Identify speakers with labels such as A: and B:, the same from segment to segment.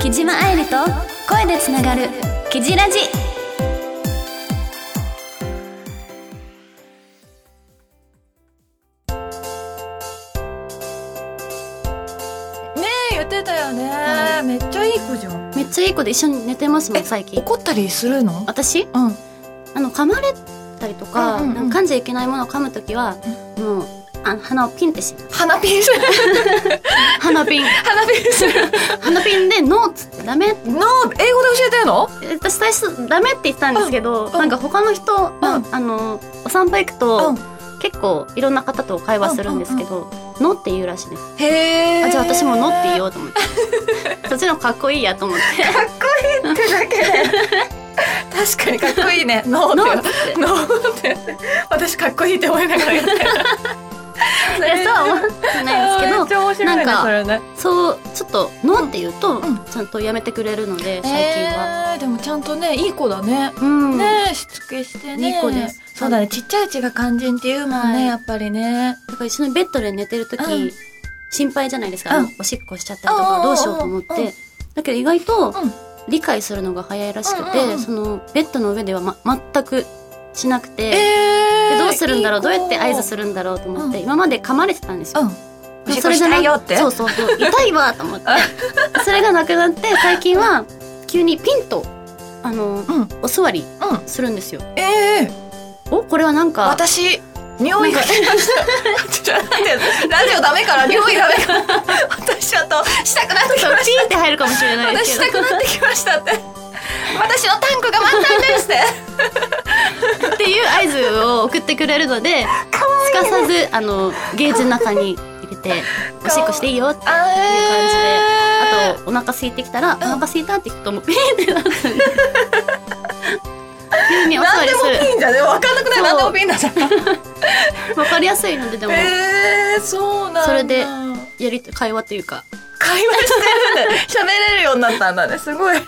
A: 木島愛理と声でつながる「キジラジ」
B: ねえ言ってたよね、めっちゃいい子じゃん
A: めっちゃいい子で一緒に寝てますもん
B: え
A: 最近
B: 怒ったりするの
A: 私
B: うん
A: あの噛まれたりとか,、
B: うんうんうん
A: なんか噛んじゃいけないものを噛むときは、もうあ鼻をピンってし
B: 鼻ピンする
A: 鼻 ピン
B: 鼻ピンする
A: 鼻ピンで「ノー」っつって「ダメ」
B: の英語で教えてんの
A: え私最初ダメって言ってたんですけど、
B: ん
A: なんか他の人の、
B: うん
A: あのお散歩行くと、
B: うん
A: 結構いろんな方と会話するんですけど「ノ」って言うらしいです
B: へえ
A: あじゃあ私も「ノ」って言
B: う
A: おうと思 ってそっちの方がかっこいいやと思って
B: ってだけ確かにかっこいいね
A: 「
B: ノ
A: ノ」
B: ー
A: っ
B: って
A: 言って
B: ノーって私かっこいいって思いながらやってるそ
A: いやそうは思ってないんですけ
B: め
A: ど
B: っちゃ面白いね
A: なんか
B: それね
A: そうちょっと「ノ」って言うと、
B: ん
A: ちゃんとやめてくれるので最近は、
B: えーでもちゃんとねいい子だね
A: うん、
B: ねえしつけしてね
A: いい子です
B: そうだねちっちゃいうちが肝心っていうもんね、
A: はい
B: やっぱりね
A: だから一緒にベッドで寝てる時、
B: うん
A: 心配じゃないですか、
B: うん
A: おしっこしちゃったりとか
B: うん
A: どうしようと思って、
B: うん
A: だけど意外と
B: うん
A: 理解するのが早いらしくて、
B: うんうんうん
A: そのベッドの上では、ま、全くしなく
B: え
A: て、で
B: ー
A: どうするんだろうどうやって合図
B: る
A: するんだろうと思って、
B: うん
A: 今まで噛まれてたんですよ。
B: うんおしっこし
A: な
B: ないよって
A: そうそうそう痛いわと思って それがなくなって最近は急にピンとあの、
B: うん
A: お座り
B: う
A: するんですよ。
B: んええ
A: おこれはなんか
B: 私匂いが来ましたちょっと待ってラジオダメから匂いダメ から私ちょっとしたくなってき
A: ちょっ
B: ま
A: と
B: し
A: ピンって入るかもしれ
B: た
A: ないで
B: 私
A: す
B: し
A: け
B: た
A: ど
B: くなってきましたって私のタンクが満タンですって
A: っていう合図を送ってくれるので、 すかさず、あの、ゲージの中に入れて、おしっこしていいよって。
B: あ
A: あ
B: ー
A: と、お腹空いてきたら、お腹空いたって聞くと、もうピーってなった んで。急にお座
B: 何
A: り
B: でも
A: す
B: ピンじゃねわかんなくない
A: そう
B: 何でもピンだじゃん
A: る。わかりやすいので、でも、や
B: えー、そうなんだ
A: それでりと、会話というか。
B: 会話してるんだ喋れるようになったんだね すごい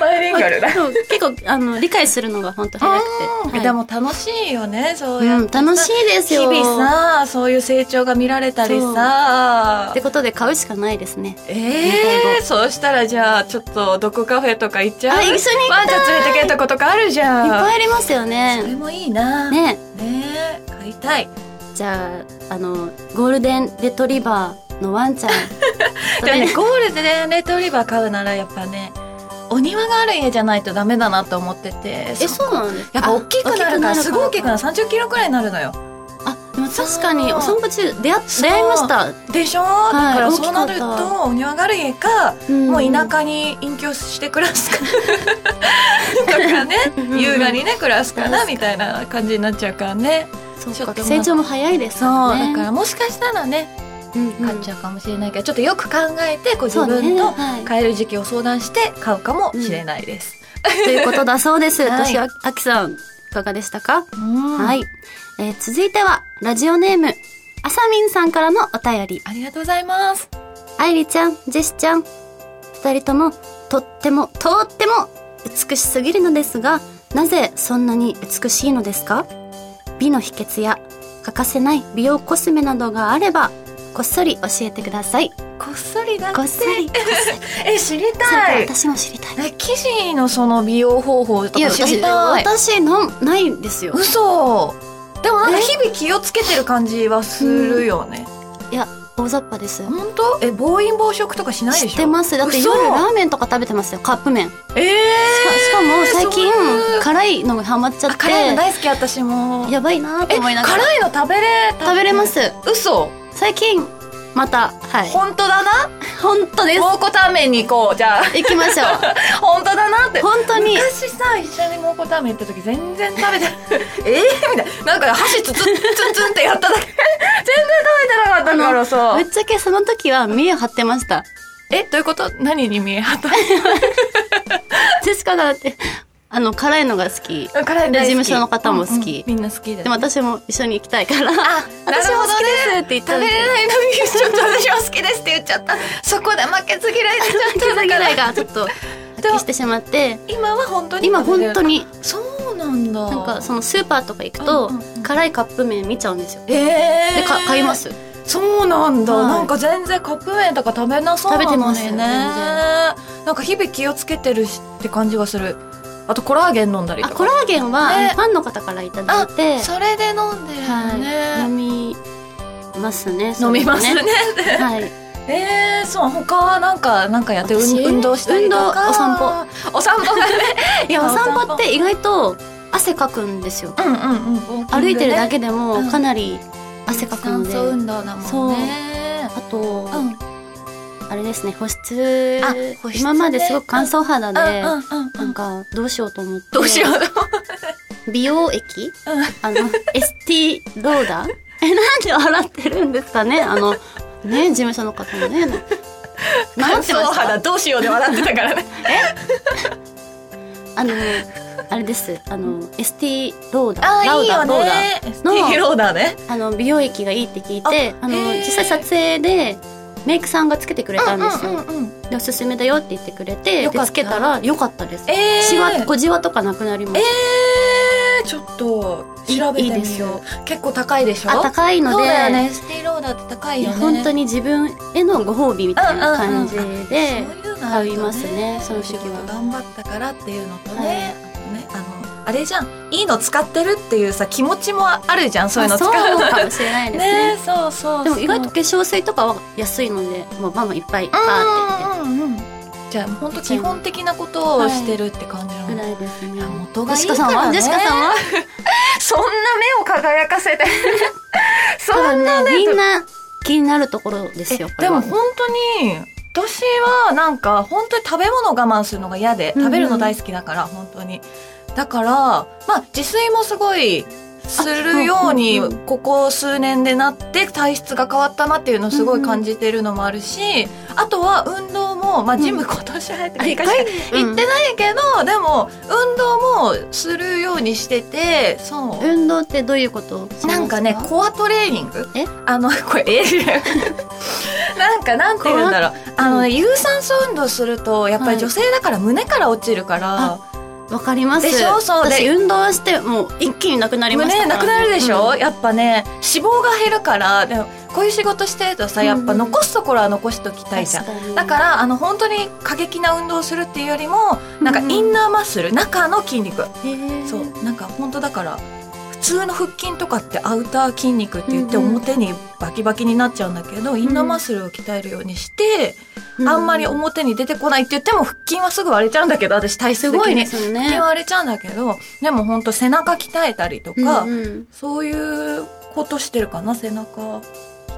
B: バイリンガルだ
A: そう結構、あの、理解するのが本当早くて。
B: で
A: はい、
B: も楽しいよねそうやっ
A: うん、
B: てさ、
A: 楽しいですよ。
B: 日々さそういう成長が見られたりさ
A: ってことで、買うしかないですね。
B: えー、そうしたらじゃあちょっとどこカフェとか行っちゃう
A: あ一緒に行きたい
B: ワンちゃん連れてけとことかあるじゃ
A: いっ
B: ん
A: ぱいありますよ
B: そ
A: ね。
B: れもいいなね
A: ね。
B: え買いたい
A: じゃあ、あの、ゴールデンレトリバーのワン ちゃん。
B: でもね、ゴールデンレトリバー買うならやっぱね、お庭がある家じゃないとダメだなと思ってて。
A: え、そうなんです
B: やっぱ大きくなるから、すごい大きくなる。30キロくらいになるのよ。
A: あ、でも確かに
B: そう
A: お散歩中出会っ
B: そう
A: 出会いました。
B: でしょ、
A: い
B: だから
A: 大きか
B: そう
A: った
B: なると、お庭がある家か、
A: うん
B: もう田舎に隠居して暮らす か。とかね
A: うんうん、
B: 優雅にね、暮らすか
A: 確
B: な、みたいな感じになっちゃうからね。ち
A: そう
B: ょっと
A: か。
B: ま
A: 成長も早いです
B: そう、
A: からね。
B: だからもしかしたらね、
A: うんうん
B: 買っちゃうかもしれないけど、ちょっとよく考えて、こう自
A: そう
B: 分
A: ね。は
B: の
A: い。
B: 買える時期を相談して買うかもしれないです。
A: ということだそうです。
B: はい
A: 私はあきさんいかがでしたか。
B: は
A: はい。えー続いてはラジオネームあさみんさんからのお便り。
B: ありがとうございます。
A: 愛理ちゃん、ジェシちゃん、二人ともとってもとっても美しすぎるのですが、なぜそんなに美しいのですか美の秘訣や欠かせない美容コスメなどがあれば、こっそり教えてください。
B: こっそりだ
A: こっそり。
B: え、知り
A: それか
B: た
A: ら
B: い。
A: 私も知りたい。
B: え、生地のその美容方法とか知りたい。
A: 私、私の、ないんですよ。
B: 嘘。でもなんか
A: え
B: 日々気をつけてる感じはするよね。
A: いや、大雑把です。
B: 本当？え、暴飲暴食とかしない
A: 知
B: でしょ？
A: ってます。だって
B: 嘘
A: 夜ラーメンとか食べてますよ。カップ麺。しか
B: ええ
A: しかも最近
B: そういう、
A: 辛いのがハマっちゃっ
B: あ辛いの
A: て、
B: 大好き私も。
A: やばいなと
B: え、
A: 思いながら。
B: 辛いの食べれ
A: 食べれま。す。
B: 嘘。
A: 最近またはい
B: 本当だな。
A: 本当です
B: 蒙古タンメンに行こう。じゃあ
A: 行きましょう
B: 本当だなって。
A: 本当に
B: 昔さ一緒に蒙古タンメン行った時全然食べて ええみたいななんか箸つつつつつんってやった だけ全然食べてなかったからさ
A: ぶっちゃけその時は見え張ってました
B: えどういうこと何に見え 張った
A: ジェシカだってあの辛いのが好き
B: 辛いの大
A: 事
B: 好き
A: 務所の方も好き
B: うんうんみんな好きで
A: でも私も一緒に行きたいからあ
B: な
A: 私
B: る
A: も
B: ほ
A: 好
B: どね
A: きですって言っ
B: 食
A: たん
B: べ
A: です
B: れないの にちょっと私は好きですって言っちゃったそこで負けず嫌いになっちゃっ
A: 嫌
B: た
A: い
B: だから
A: がちょっと発揮してしまって
B: 今は本当に
A: 今本当
B: に
A: に
B: そうなんだなんだ
A: なんかそのスーパーとか行くと
B: うんうんうん
A: 辛いカップ麺見ちゃうんですよ。
B: ええ
A: でか買います。
B: そうなんだ、
A: はい
B: なんか全然カップ麺とか食べなそうな
A: 食べて
B: の
A: ま
B: に
A: す
B: ね
A: よ
B: なんか日々気をつけてるしって感じがするあとコラーゲン飲んだり
A: あ
B: と
A: コ
B: か
A: ラーゲンは、
B: ね
A: あのファンの方からいただいて、
B: それで飲んでるんだ
A: はい、
B: ね、
A: 飲みますね。
B: 飲みます
A: そ
B: ね
A: れも。はい。
B: えー、そう他はなんかなんかやって運
A: 私
B: 運動したりとか
A: 運動お散歩
B: お散歩がね い
A: お散歩って意外と汗かくんですよ。
B: うんうんうん
A: 歩いてるだけ
B: け
A: で
B: うん
A: もかなり汗かくの
B: 乾
A: で。
B: 燥運動だもんね
A: あと、
B: うん
A: あれですね保湿
B: あ保湿ね
A: 今まですごく乾燥肌で、
B: うんうんう
A: なんんかどうしようと思って
B: どうしよう
A: 美容液
B: うん
A: あの ST ロー ダーえなんで笑ってるんですかねあのね事務所の方もね迷ってま
B: 乾燥
A: した
B: 肌どうしようで笑ってたからね
A: あのあれですあの ST ローダ
B: あ
A: ーラ
B: ーい
A: ウ
B: い
A: ダ
B: よ
A: ーローダー
B: ね
A: の
B: いいローダーね
A: あの美容液がいいって聞いて
B: あ
A: あの
B: へー
A: 実際撮影でメイクさんがつけてくれたんですよ、
B: うんうんうんうん
A: でおすすめだよって言ってくれて
B: よ
A: で
B: かった
A: つけたら良かったです
B: えー
A: シワ小じわとかなくなりま
B: え
A: す
B: ーちょっと調べ
A: いい
B: て
A: で
B: み
A: す
B: よ
A: よ
B: う結構高いでしょ
A: あ高いので
B: そうだよねスティローダーって高いよね
A: 本当に自分へのご褒美みたいな感じ
B: うんうんうん
A: で
B: そういうのある
A: 買
B: よ
A: いますねその
B: 仕
A: 時
B: 事
A: は
B: 頑張ったからっていうのとね,、あとねあのあれじゃんいいの使ってるっていうさ気持ちもあるじゃんそういうの使う
A: あそうかもしれ ないですね
B: ねそうそうそう
A: でも意外と化粧水とかは安いのでもうママいっぱいパーって
B: うんうんうんじゃあ本当基本的なことをしてるって感じな
A: ぐ
B: の、
A: らいですね
B: あ元がいい
A: ジェシ
B: か
A: カさ
B: ら
A: んは
B: ね
A: ジェシカさんは
B: そんな目を輝 かせてそ
A: 多
B: ん
A: 分ねみんな気になるところですよこ
B: で
A: れは
B: も本当に私はなんか本当に食べ物を我慢するのが嫌で
A: うんうん
B: 食べるの大好きだから本当にだからまあ自炊もすごいするように
A: あうんうんう
B: ここ数年でなって体質が変わったなっていうのをすごい感じてるのもあるしあとは運動もまあジム今年入って
A: あ
B: 一
A: 一
B: 回
A: 回
B: しか行ってないけどでも運動もするようにしててそう
A: うん運動ってどういうこと
B: なんかね、コアトレーニング
A: え
B: あの、 これ、えなんか、なんて言うんだろう。あのね、有酸素運動すると、やっぱり女性だから胸から落ちるから、
A: わかります
B: でしょそうで
A: 私運動してもう一気になくなりました
B: 胸
A: から
B: なくなるでしょ、
A: うん
B: やっぱね、脂肪が減るから、でも、こういう仕事してるとさ、やっぱ
A: うんうん
B: 残すところは残しときたいじゃん。
A: 確かに
B: だから、あの、本当に過激な運動をするっていうよりも、なんか、
A: うん
B: インナーマッスル、中の筋肉。
A: へー
B: そうなんか本当だから普通の腹筋とかってアウター筋肉って言って
A: うんうん
B: 表にバキバキになっちゃうんだけど、インナーマッスルを鍛えるようにして、
A: う
B: あんまり表に出てこないって言っても腹筋はすぐ割れちゃうんだけど私体
A: す
B: 質的
A: ごい
B: に
A: で
B: 腹
A: すよ
B: 筋
A: ね
B: は割れちゃうんだけどでも本当背中鍛えたりとか、
A: うんうん
B: そういうことしてるかな背中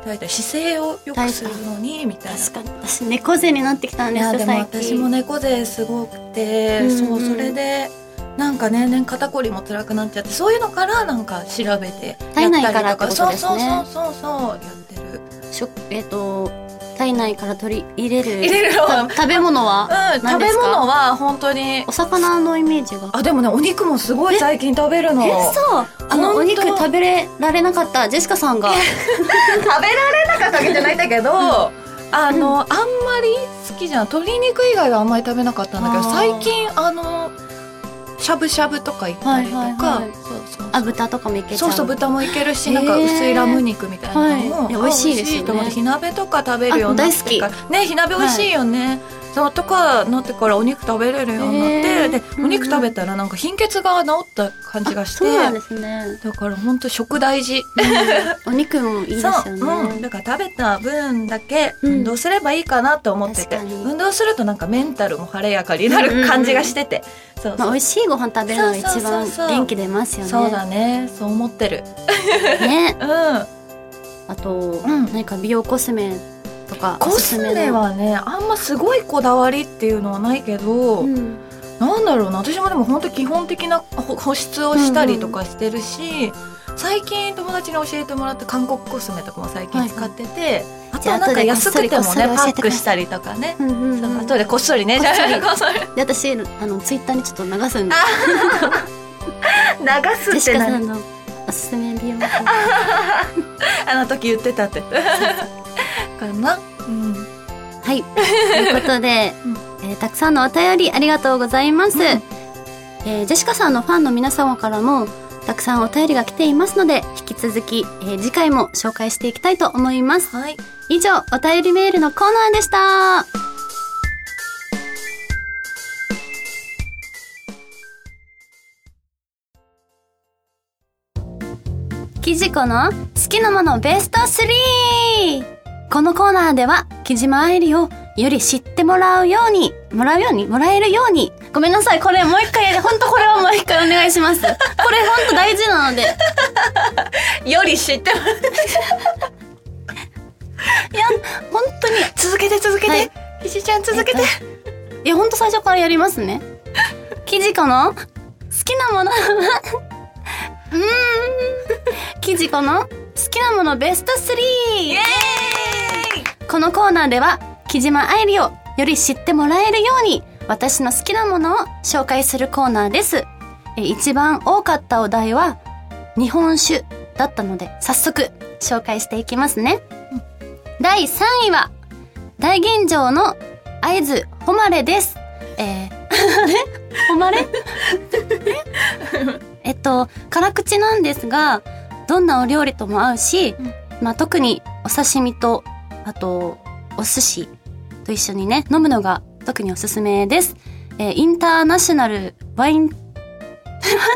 B: 鍛えたり姿勢を良くするのにみたいな
A: 確かに私猫背になってきたん
B: い
A: です
B: や
A: よ
B: でも
A: 最
B: 私
A: 近
B: も猫背すごくて、
A: うんうん
B: そうそれでなんか年々肩こりも辛くなっちゃってそういうのからなんか調べてや
A: 体
B: っ
A: 内か
B: た
A: らって
B: りと
A: こ
B: か
A: と
B: そう
A: です
B: そうそ
A: ね
B: うそうそうやってる
A: 食えっ、と体内から取り入れる
B: 入れるのは
A: た食べ物は
B: うん食
A: 何
B: べ
A: ですか
B: 物は本当に
A: お魚のイメージが
B: あでもねお肉もすごい最近食べるの
A: え
B: 食
A: そうあ
B: 本
A: の
B: 当
A: お肉食べれられなかったジェシカさんが
B: べられなかったわけじゃないんだけどあのあんまり好きじゃん鶏肉以外はあんまり食べなかったんだけど
A: あー
B: 最近あのしゃぶしゃぶとか行ったりとか、
A: はいはいはい
B: そうそうそう
A: あ豚とかもいけちゃう
B: そうそう豚もいける
A: へ
B: し、
A: ー
B: なんか薄いラム肉みたいなのも、
A: はいいや
B: あ
A: 美味しいですよね
B: と思って火鍋とか食べるようになってから
A: あ
B: ね火鍋美味しいよね、そうとかなってからお肉食べれるようになって、
A: へー
B: で
A: うん
B: お肉食べたらなんか貧血が治った感じがして
A: そうなんですね、
B: だから本当食大事
A: うんお肉もいいですよね、
B: そう、うん、だから食べた分だけ
A: うん
B: 運動すればいいかなと思ってて、
A: 確かに
B: 運動するとなんかメンタルも晴れやかになる感じがしてて、そうそう
A: まあ、美味しいご飯食べるのが
B: そ
A: 一
B: うそう
A: 番
B: そうそう
A: 元気出ますよね
B: そうだねそう思ってる
A: ね
B: うん
A: あと、
B: ん
A: 何か美容コスメとか
B: コスメはねあんますごいこだわりっていうのはないけど、
A: おすすめのうん
B: なんだろうな私もでも本当基本的なほ保湿をしたりとかしてるし、最近友達に教えてもらった韓国コスメとかも最近使ってて、あとはなんか安くても
A: じ
B: ね
A: ゃあ後でこっ
B: パ
A: そり
B: ックしたりとかね、
A: うんうん
B: そううん後でこっそりね
A: こっそり
B: こっそり
A: で私あのツイッターにちょっと流すんで
B: 流
A: ジェ
B: すっ
A: シ
B: て
A: カさ
B: 何
A: んのおすすめ美 容法
B: あの時言ってたってかな、うん、
A: はい。ということで、
B: うん
A: えーたくさんのお便りありがとうございます。
B: うん
A: ええージェシカさんのファンの皆様からもたくさんお便りが来ていますので引き続き、えー次回も紹介していきたいと思います
B: はい
A: 以上お便りメールのコーナーでしたキジコの好きなものベスト 3! このコーナーでは、木島愛理をより知ってもらうように、もらうように、もらえるように。ごめんなさい、これもう一回、本当これはもう一回お願いします。これ本当大事なので。や
B: より知ってもらう
A: 本当に
B: 続けて続けて、
A: はい
B: ひじちゃん続けて、
A: いや、ほんと最初からやります ね。キジコの好きなものうーん。キジコの好きなものベスト 3!
B: イエーイ
A: このコーナーでは、木島愛理をより知ってもらえるように、私の好きなものを紹介するコーナーです。え一番多かったお題は、日本酒だったので、早速紹介していきますね。第3位は、大吟醸の合図誉れです。えー、あれ誉れえっと、辛口なんですが、どんなお料理とも合うし、
B: うん
A: まあ特にお刺身とあと、お寿司と一緒にね、飲むのが特におすすめです。えーインターナショナルワイン、 待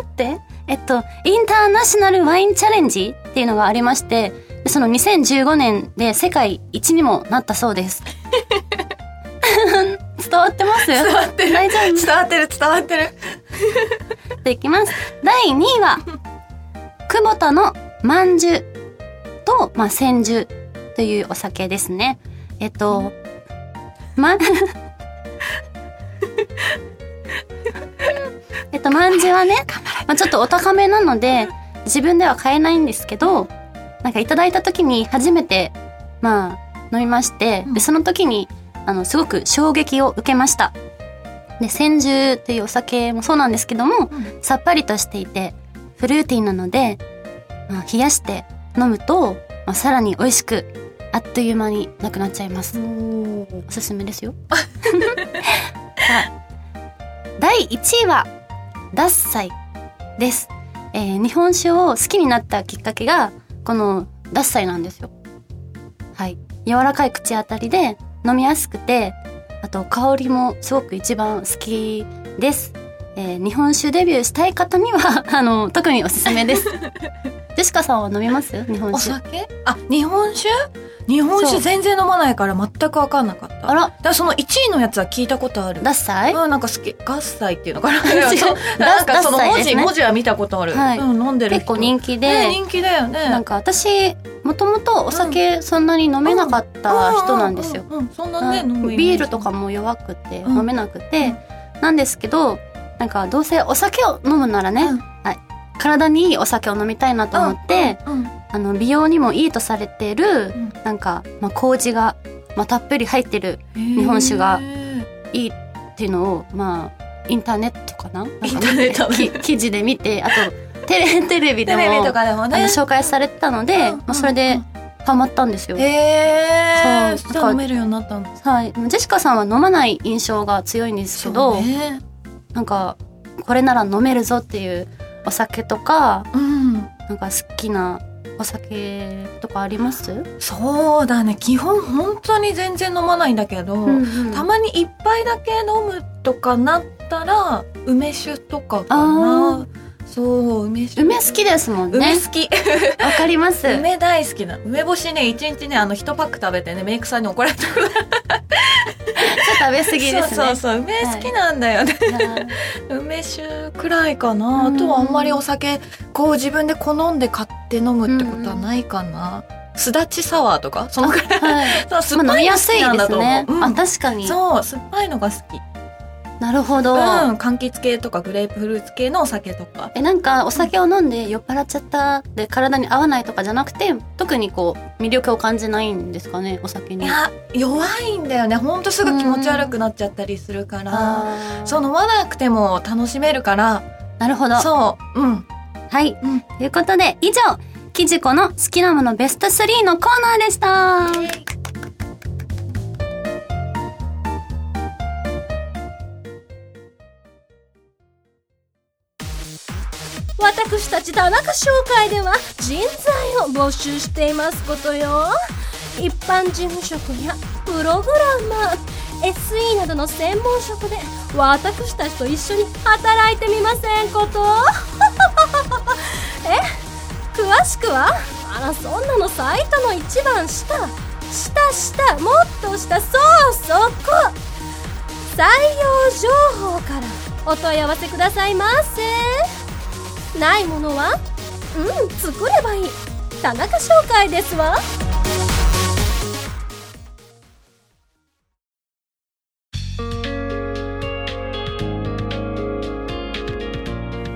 A: って、えっと、インターナショナルワインチャレンジっていうのがありまして、でその2015年で世界一にもなったそう です。 伝わってます伝
B: わってる
A: 大丈夫
B: 伝わってる伝わってる
A: っていきます。第2位は、久保田の饅頭と、まあ、千住というお酒ですね。えっと、ま、 えっと、饅頭はね、まあ、ちょっとお高めなので、自分では買えないんですけど、なんかいただいた時に初めて、まあ、飲みまして、
B: うん
A: で、その時に、あの、すごく衝撃を受けました。で、千住というお酒もそうなんですけども、
B: うん
A: さっぱりとしていて、フルーティーなので、まあ、冷やして飲むと、まあ、さらに美味しく、あっという間になくなっちゃいます。おすすめですよ。 はい第1位は、ダッサイです。えー日本酒を好きになったきっかけが、このダッサイなんですよ。はい。柔らかい口当たりで飲みやすくて、あと香りもすごく一番好きです。えー日本酒デビューしたい方には、 あの、特におすすめです。ジェシカさんは飲みます日本
B: お
A: 酒。
B: 酒あ日本酒日本
A: そ
B: 酒
A: う
B: 全然飲まないから全く分かんなかった
A: あら、
B: だからその1位のやつは聞いたことある
A: ダッサイ
B: うん、なんか好き、合祭っていうのかな。
A: 違う
B: そうなんかその
A: 合
B: 文
A: 祭です
B: 字、
A: ね
B: 文字は見たことある。
A: はい
B: うん、飲んでる
A: 結構人気で、
B: ね人気だよね。
A: なんか私もともとお酒そんなに飲めなかった人なんですよ。
B: うん。うんそんなね、飲む
A: はい
B: イメ
A: ビ
B: ジ
A: ールとか。も弱くて
B: うん
A: 飲めなくてなんですけどなんかどうせお酒を飲むならね
B: うん
A: あ体にいいお酒を飲みたいなと思って
B: うん。
A: あの美容にもいいとされてる
B: ん
A: なんかまあ麹がまあたっぷり入ってる
B: 日
A: 本酒が
B: イン
A: いいっていうのをまあインターネットかななんか
B: ターネットで。
A: き記事で見てあとテレテレビで
B: テ
A: も
B: レビとかでも
A: あの
B: ね。
A: 紹介されてたので
B: うん
A: まあそれで。ハマったんですよ。
B: へえ。
A: そう
B: じゃあ飲めるようになったんです
A: はい、ジェシカさんは飲まない印象が強いんですけど、
B: そうね
A: なんかこれなら飲めるぞっていうお酒とか
B: うん。
A: なんか好きなお酒とかあります、
B: そうだね。基本本当に全然飲まないんだけど。たまに一杯だけ飲むとかなったら梅酒とかか
A: あ
B: なそう梅酒
A: 梅好きですもんね
B: 梅 好き
A: わかります
B: 梅大好きな梅干しね一日ねあの一パック食べてねメイクさんに怒られたぐらい
A: 食べ過ぎですね
B: そうそうそう梅好きなんだよね、
A: いやー
B: 梅酒くらいかな
A: うん
B: あとはあんまりお酒こう自分で好んで買って飲むってことはないかな すだちサワーとかそのくらい
A: はい
B: そう酸っ
A: まあ
B: ぱ
A: 飲み
B: いの
A: や
B: 好
A: す
B: き
A: い
B: なん
A: で
B: だ
A: す
B: と思
A: ね、
B: う、
A: あ確か
B: うん、
A: に
B: そう酸っぱいのが好き
A: なるほど、
B: うん、柑橘系とかグレープフルーツ系のお酒とか。
A: えなんかお酒を飲んで酔っ払っちゃったで体に合わないとかじゃなくて特にこう魅力を感じないんですかねお酒
B: い
A: に
B: や、弱いんだよね。ほんとすぐ気持ち悪くなっちゃったりするから。
A: あー
B: そう、飲まなくても楽しめるから。
A: なるほど
B: そう、うん。
A: はい。
B: うん
A: ということで、以上、キジコの好きなものベスト3のコーナーでした。
C: 私たち田中商会では人材を募集していますことよ一般事務職やプログラマー SE などの専門職で私たちと一緒に働いてみませんこと え詳しくはあらそんなのサイトの一番下下下もっと下そうそこ採用情報からお問い合わせくださいませないものはうん作ればいい田中紹介ですわ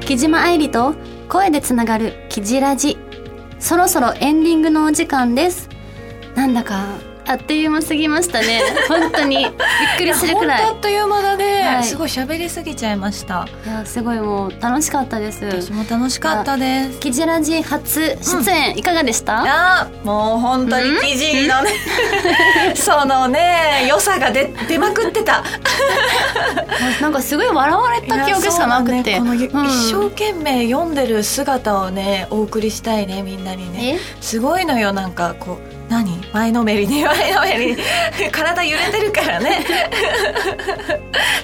A: 木島愛理と声でつながるキジラジそろそろエンディングのお時間ですなんだかあっという間すぎましたね本当にびっくりするくらい
B: 本当あっという間だね、
A: はい
B: すごい喋りすぎちゃいました
A: いやすごいもう楽しかったです
B: 私も楽しかったです
A: キジラジ初出演いかがでした、
B: あーもう本当に記事のね そのね良さが出出まくってた
A: なんかすごい笑われた記憶しかなく
B: い
A: て
B: やそうだねこの
A: うん
B: 一生懸命読んでる姿をねお送りしたいねみんなにね
A: え
B: すごいのよなんかこう何前のめりに前のめ りに体揺れてるからね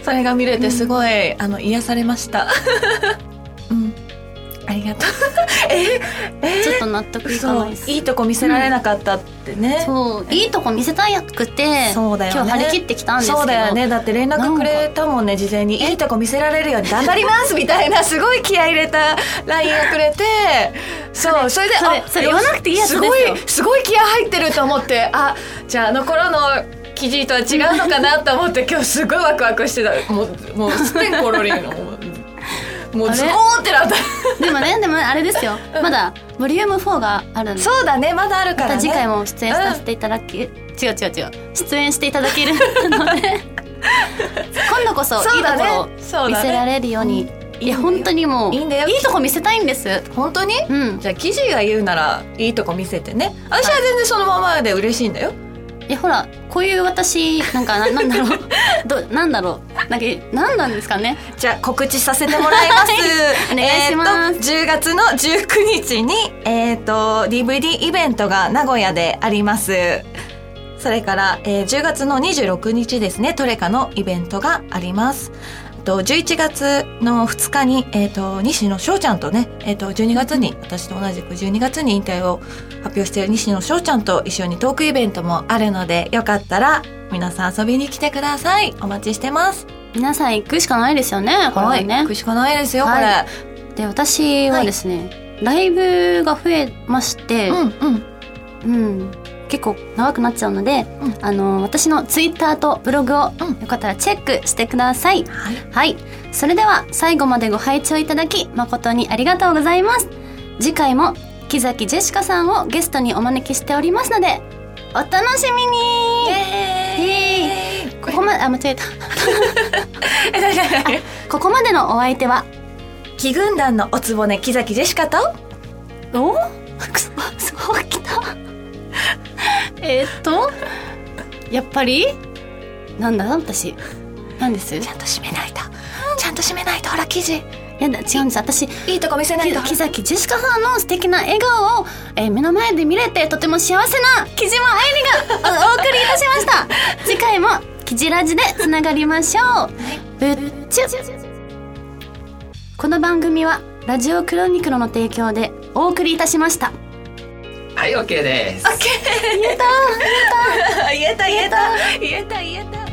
B: それが見れてすごい、あの癒されましたうんありがとうええ
A: ちょっと納得いか
B: そ
A: な
B: う
A: いです
B: いいとこ見せられなかったってね、
A: そういいとこ見せたくて
B: そうだよね
A: 今日張り切ってきたんですけど
B: そうだよねだって連絡くれたもんね事前にいいとこ見せられるように頑張りますみたい なすごい気合い入れた LINE をくれてそうそれで
A: それ
B: あ
A: それ言わなくていいやつですす
B: ご
A: よ
B: いすごい気合入ってると思ってあじゃああの頃の記事とは違うのかなと思 って今日すごいワクワクしてたもうもうすてんころり んのもうもう
A: あれ
B: ズコーンってなった
A: でもねでもあれですよまだボリューム4があるんで
B: そうだねまだあるか
A: ま
B: ら
A: た
B: ね
A: 次回も出演させていただき、違う違う違う出演していただけるので 今度こそいいところを
B: そう
A: 見
B: だ
A: せら
B: ね
A: れるようにいや
B: いいんだよ
A: 本当にもう
B: いいんだよ
A: とこ見せたいんです
B: 本当に
A: うん
B: じゃあ記事が言うならいいとこ見せてね私は全然そのままで嬉しいんだよ
A: えほらこういう私なんかななん だろうどなんだろうなんかなんなんですかね
B: じゃあ告知させてもらいます。
A: お願いします
B: えーと10月の19日に、えー、と DVD イベントが名古屋であります。それから、えー10月の26日ですね、トレカのイベントがあります。あと11月の2日に、えー、と西野翔ちゃんとね、えー、と12月に私と同じく12月に引退を発表している西野翔ちゃんと一緒にトークイベントもあるのでよかったら皆さん遊びに来てくださいお待ちしてます
A: 皆さん行くしかないですよねこれは
B: 行
A: ね
B: くしかないですよ、
A: はで私はですね、ライブが増えまして、
B: これ。うんうん。
A: うん、結構長くなっちゃうので、
B: うん
A: あの私のツイッターとブログを、
B: うん
A: よかったらチェックしてください。
B: はい。
A: はい、それでは最後までご拝聴いただき誠にありがとうございます。次回も木崎ジェシカさんをゲストにお招きしておりますので、お楽しみに。
B: えー、
A: ここまであ間違えた。
B: え、なになになに
A: ここまでのお相手は
B: 奇軍団のおつぼね木崎ジェシカと。
A: おくそそうきた えーっとやっぱりなんだ私なんですい
B: ゃんと締めないと。ちゃんと締めないと、ほら、記事。
A: やだ違うんです私き
B: いいとこ見せないと。
A: 木崎ジェシカさんの素敵な笑顔を、えー目の前で見れてとても幸せな木島愛理がおお送りいたしました次回もキジラジでつながりましょうぶっちゅこの番組はラジオクロニクロの提供でお送りいたしました
D: はい、OK です。
B: 言えた、言えた、言えた、言えた、言えた。